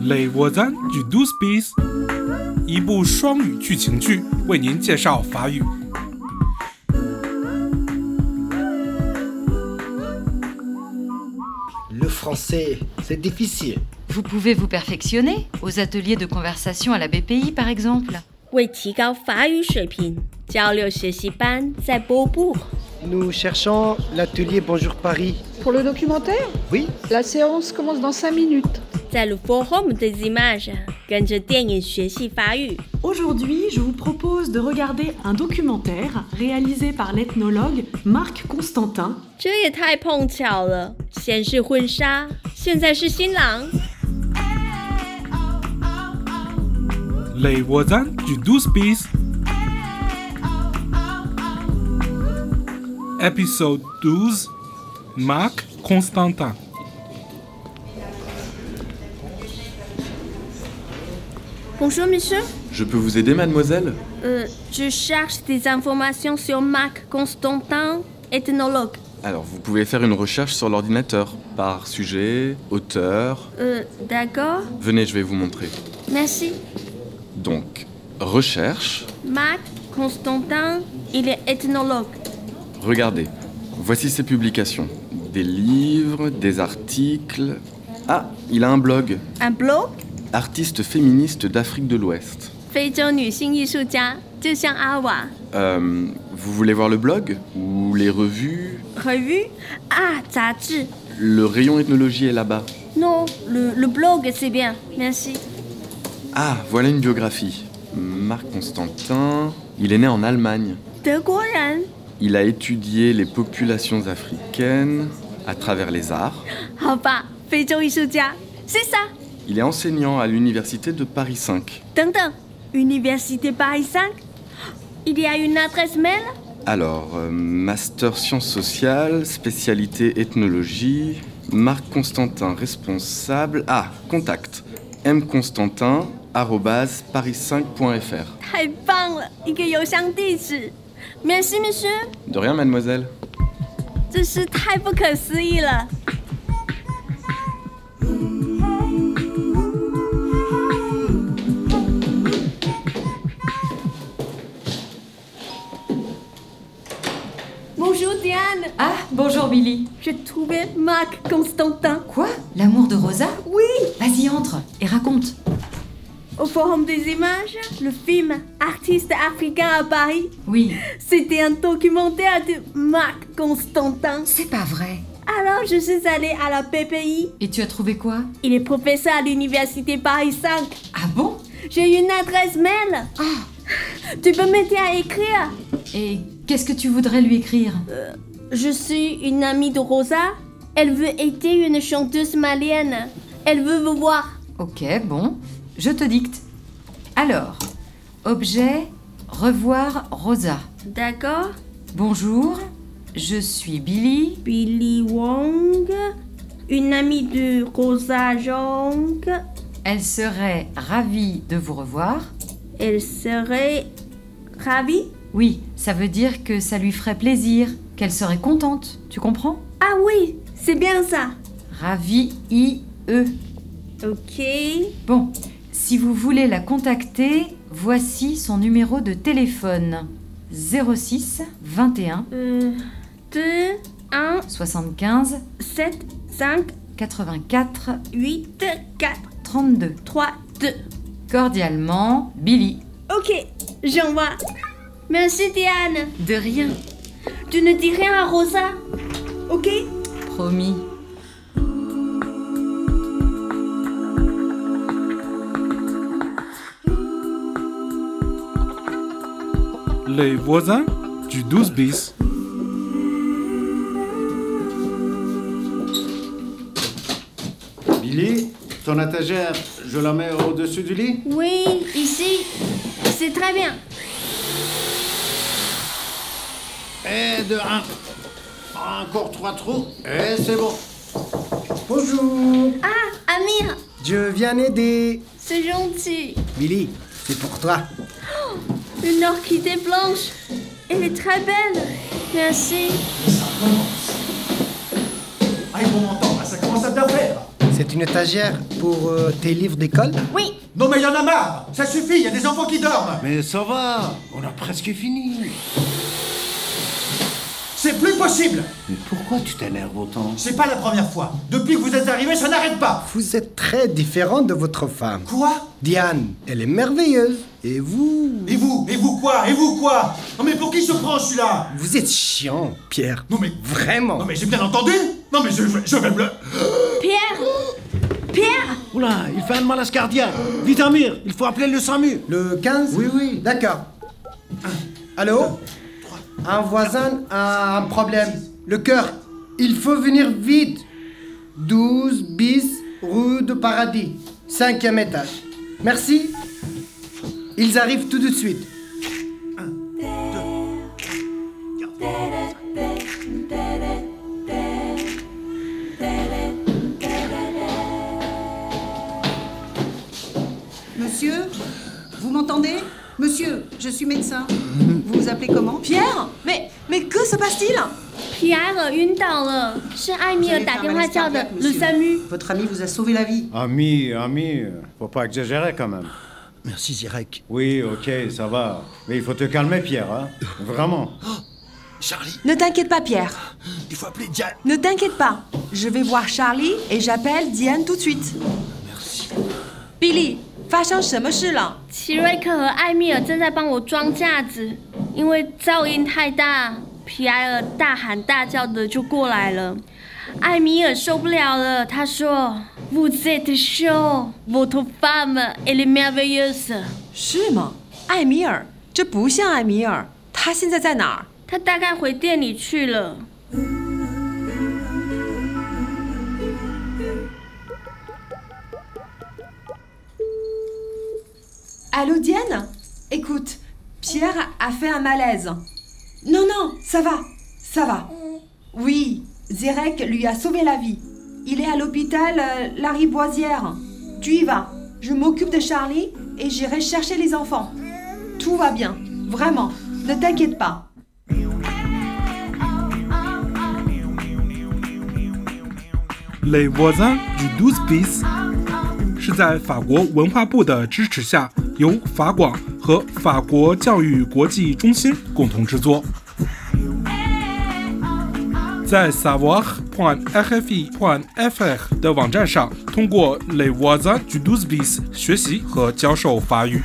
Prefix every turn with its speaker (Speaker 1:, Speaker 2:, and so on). Speaker 1: Les voisins du d o u s p i s 一部双语剧情剧，为您介绍法语。
Speaker 2: Le français, c'est difficile.
Speaker 3: Vous pouvez vous perfectionner aux ateliers de conversation à la BPI par exemple.
Speaker 4: 为提高法语水平，交流学习班在波布。
Speaker 2: Nous cherchons l'atelier Bonjour Paris.
Speaker 5: Pour le documentaire,
Speaker 2: Oui,
Speaker 5: la séance commence dans 5 minutes.
Speaker 4: 在 Le Forum des Images，跟着电影学习法语。
Speaker 6: Aujourd'hui, je vous propose de regarder un documentaire réalisé par l'ethnologue Marc Constantin.
Speaker 4: 这也太碰巧了，先是婚纱，现在是新郎。
Speaker 1: Les voisins du d o u s p i s Épisode 12 Marc Constantin
Speaker 4: Bonjour monsieur，
Speaker 7: Je peux vous aider, mademoiselle
Speaker 4: 呃，je cherche des informations sur Marc Constantin, ethnologue。
Speaker 7: Alors, vous pouvez faire une recherche sur l'ordinateur, par sujet, auteur.
Speaker 4: 呃，d'accord,
Speaker 7: Venez, je vais vous montrer.
Speaker 4: merci.
Speaker 7: Donc, recherche,
Speaker 4: Marc Constantin, il est ethnologue.
Speaker 7: regardez. Voici ses publications. Des livres, des articles. Ah, il a un blog.
Speaker 4: Un blog，
Speaker 7: Artiste féministe d'Afrique de l'Ouest.
Speaker 4: 非洲女性艺术家，就像阿瓦。
Speaker 7: Euh, vous voulez voir le blog Ou les revues
Speaker 4: Revue Ah, 杂志。
Speaker 7: Le rayon ethnologie est là-bas.
Speaker 4: Non, le, le blog, c'est bien. Merci.
Speaker 7: Ah, voilà une biographie. Marc Constantin. Il est né en Allemagne.
Speaker 4: 德国人，
Speaker 7: Il a étudié les populations africaines à travers les arts.
Speaker 4: 好吧，非洲艺术家，c'est ça。
Speaker 7: Il est enseignant à l'université de Paris 5.
Speaker 4: 等等，Université Paris 5 Il y a une adresse mail
Speaker 7: Alors, euh, master sciences sociales, spécialité ethnologie, Marc Constantin responsable. Ah, contact. mconstantin@paris5.fr.
Speaker 4: 太棒了，一个邮箱地址。Merci, monsieur，
Speaker 7: De rien, mademoiselle.
Speaker 4: 这是太不可思议了。Bonjour Diane,
Speaker 3: Ah, bonjour Billy.
Speaker 4: j'ai trouvé Marc Constantin.
Speaker 3: Quoi L'amour de Rosa
Speaker 4: Oui,
Speaker 3: Vas-y, entre et raconte.
Speaker 4: au Forum des images, le film Artiste africain à Paris,
Speaker 3: Oui.
Speaker 4: c'était un documentaire de Marc Constantin.
Speaker 3: C'est pas vrai.
Speaker 4: Alors je suis allée à la PPI.
Speaker 3: Et tu as trouvé quoi
Speaker 4: Il est professeur à l'université Paris 5.
Speaker 3: Ah bon
Speaker 4: J'ai une adresse mail.
Speaker 3: Ah
Speaker 4: Tu peux m'aider à écrire
Speaker 3: Et qu'est-ce que tu voudrais lui écrire
Speaker 4: Je suis une amie de Rosa. Elle veut aider une chanteuse malienne. Elle veut vous voir.
Speaker 3: Ok, bon. Je te dicte. Alors, objet, revoir Rosa.
Speaker 4: D'accord.
Speaker 3: Bonjour, je suis Billy.
Speaker 4: Billy Wong, une amie de Rosa Jong.
Speaker 3: Elle serait ravie de vous revoir.
Speaker 4: Elle serait ravie.
Speaker 3: Oui, ça veut dire que ça lui ferait plaisir, qu'elle serait contente, tu comprends
Speaker 4: Ah oui, c'est bien ça.
Speaker 3: Ravi I E.
Speaker 4: Ok.
Speaker 3: Bon, si vous voulez la contacter, voici son numéro de téléphone 06 21
Speaker 4: Euh, 2, 1,
Speaker 3: 75
Speaker 4: 7, 5,
Speaker 3: 84
Speaker 4: 8, 4,
Speaker 3: 32.
Speaker 4: 3, 2.
Speaker 3: Cordialement, Billy.
Speaker 4: Ok, j'envoie. Merci Diane.
Speaker 3: De rien,
Speaker 4: Tu ne dis rien à Rosa. Ok
Speaker 3: promis.
Speaker 1: Les voisins du 12 bis
Speaker 8: Billy, ton étagère, je la mets au-dessus du lit
Speaker 4: Oui, ici. C'est très bien.
Speaker 8: Et Eh, de un. Encore trois trous. Et Eh, c'est bon.
Speaker 2: Bonjour,
Speaker 4: Ah, Amir,
Speaker 2: je viens aider.
Speaker 4: c'est gentil.
Speaker 2: Billy, c'est pour toi.
Speaker 4: Une orchidée blanche. Elle est très belle. Merci.
Speaker 9: Ah, ils vont m'entendre, ça commence à bien faire
Speaker 2: C'est une étagère pour euh, tes livres d'école
Speaker 4: Oui,
Speaker 9: Non mais il y en a marre Ça suffit, il y a des enfants qui dorment
Speaker 8: Mais ça va, on a presque fini.
Speaker 9: C'est plus possible
Speaker 8: Mais pourquoi tu t'énerves autant
Speaker 9: C'est pas la première fois. Depuis que vous êtes arrivés, ça n'arrête pas
Speaker 2: Vous êtes très différent de votre femme.
Speaker 9: Quoi
Speaker 2: Diane, elle est merveilleuse. Et vous
Speaker 9: Et vous Et vous quoi Et vous quoi Non mais pour qui se prend celui-là
Speaker 2: Vous êtes chiant, Pierre.
Speaker 9: Non mais...
Speaker 2: Vraiment.
Speaker 9: Non mais j'ai bien entendu Non mais je, je, je vais me le...
Speaker 4: Pierre Pierre
Speaker 8: Oula, il fait un malaise cardiaque. Vite Amir, il faut appeler le SAMU.
Speaker 2: Le 15 Oui, oui. D'accord. Allô Un voisin a un problème. Le cœur. Il faut venir vite. 12 bis rue de Paradis. Cinquième étage. Merci. Ils arrivent tout de suite.
Speaker 10: Monsieur, vous m'entendez Monsieur, je suis médecin. Vous vous appelez comment Pierre Mais mais que se passe-t-il
Speaker 4: Pierre 晕倒了，是艾米尔打电话叫的
Speaker 10: Monsieur.
Speaker 4: 鲁萨姆。
Speaker 10: Votre ami vous a sauvé la vie.
Speaker 11: Ami, ami, faut pas exagérer quand même.
Speaker 2: Merci, Zirek.
Speaker 11: Oui, ok, ça va. Mais il faut te calmer, Pierre, hein. Vraiment.
Speaker 9: Charlie,
Speaker 10: Ne t'inquiète pas, Pierre.
Speaker 9: il faut appeler Diane
Speaker 10: Ne t'inquiète pas. Je vais voir Charlie et j'appelle Diane tout de suite. Merci. Billy, 发生什么事了？
Speaker 4: 奇瑞克和艾米尔正在帮我装架子，因为噪音太大，皮埃尔大喊大叫的就过来了。艾米尔受不了了，他说：“Vous êtes chaud, votre femme est merveilleuse。
Speaker 10: 是吗？艾米尔，这不像艾米尔。他现在在哪儿？”
Speaker 4: 他大概回店里去了。
Speaker 10: Allô Diane Écoute, Pierre a fait un malaise. Non, non, ça va, ça va. Oui, Zerek lui a sauvé la vie. Il est à l'hôpital euh, Lariboisière. Tu y vas. Je m'occupe de Charlie et j'irai chercher les enfants. Tout va bien, vraiment. Ne t'inquiète pas.
Speaker 1: Les voisins du 12 bis 是在法国文化部的支持下，由法广和法国教育国际中心共同制作。在 savoir.rfi.fr 的网站上，通过 Les voisins du 12 bis 学习和教授法语。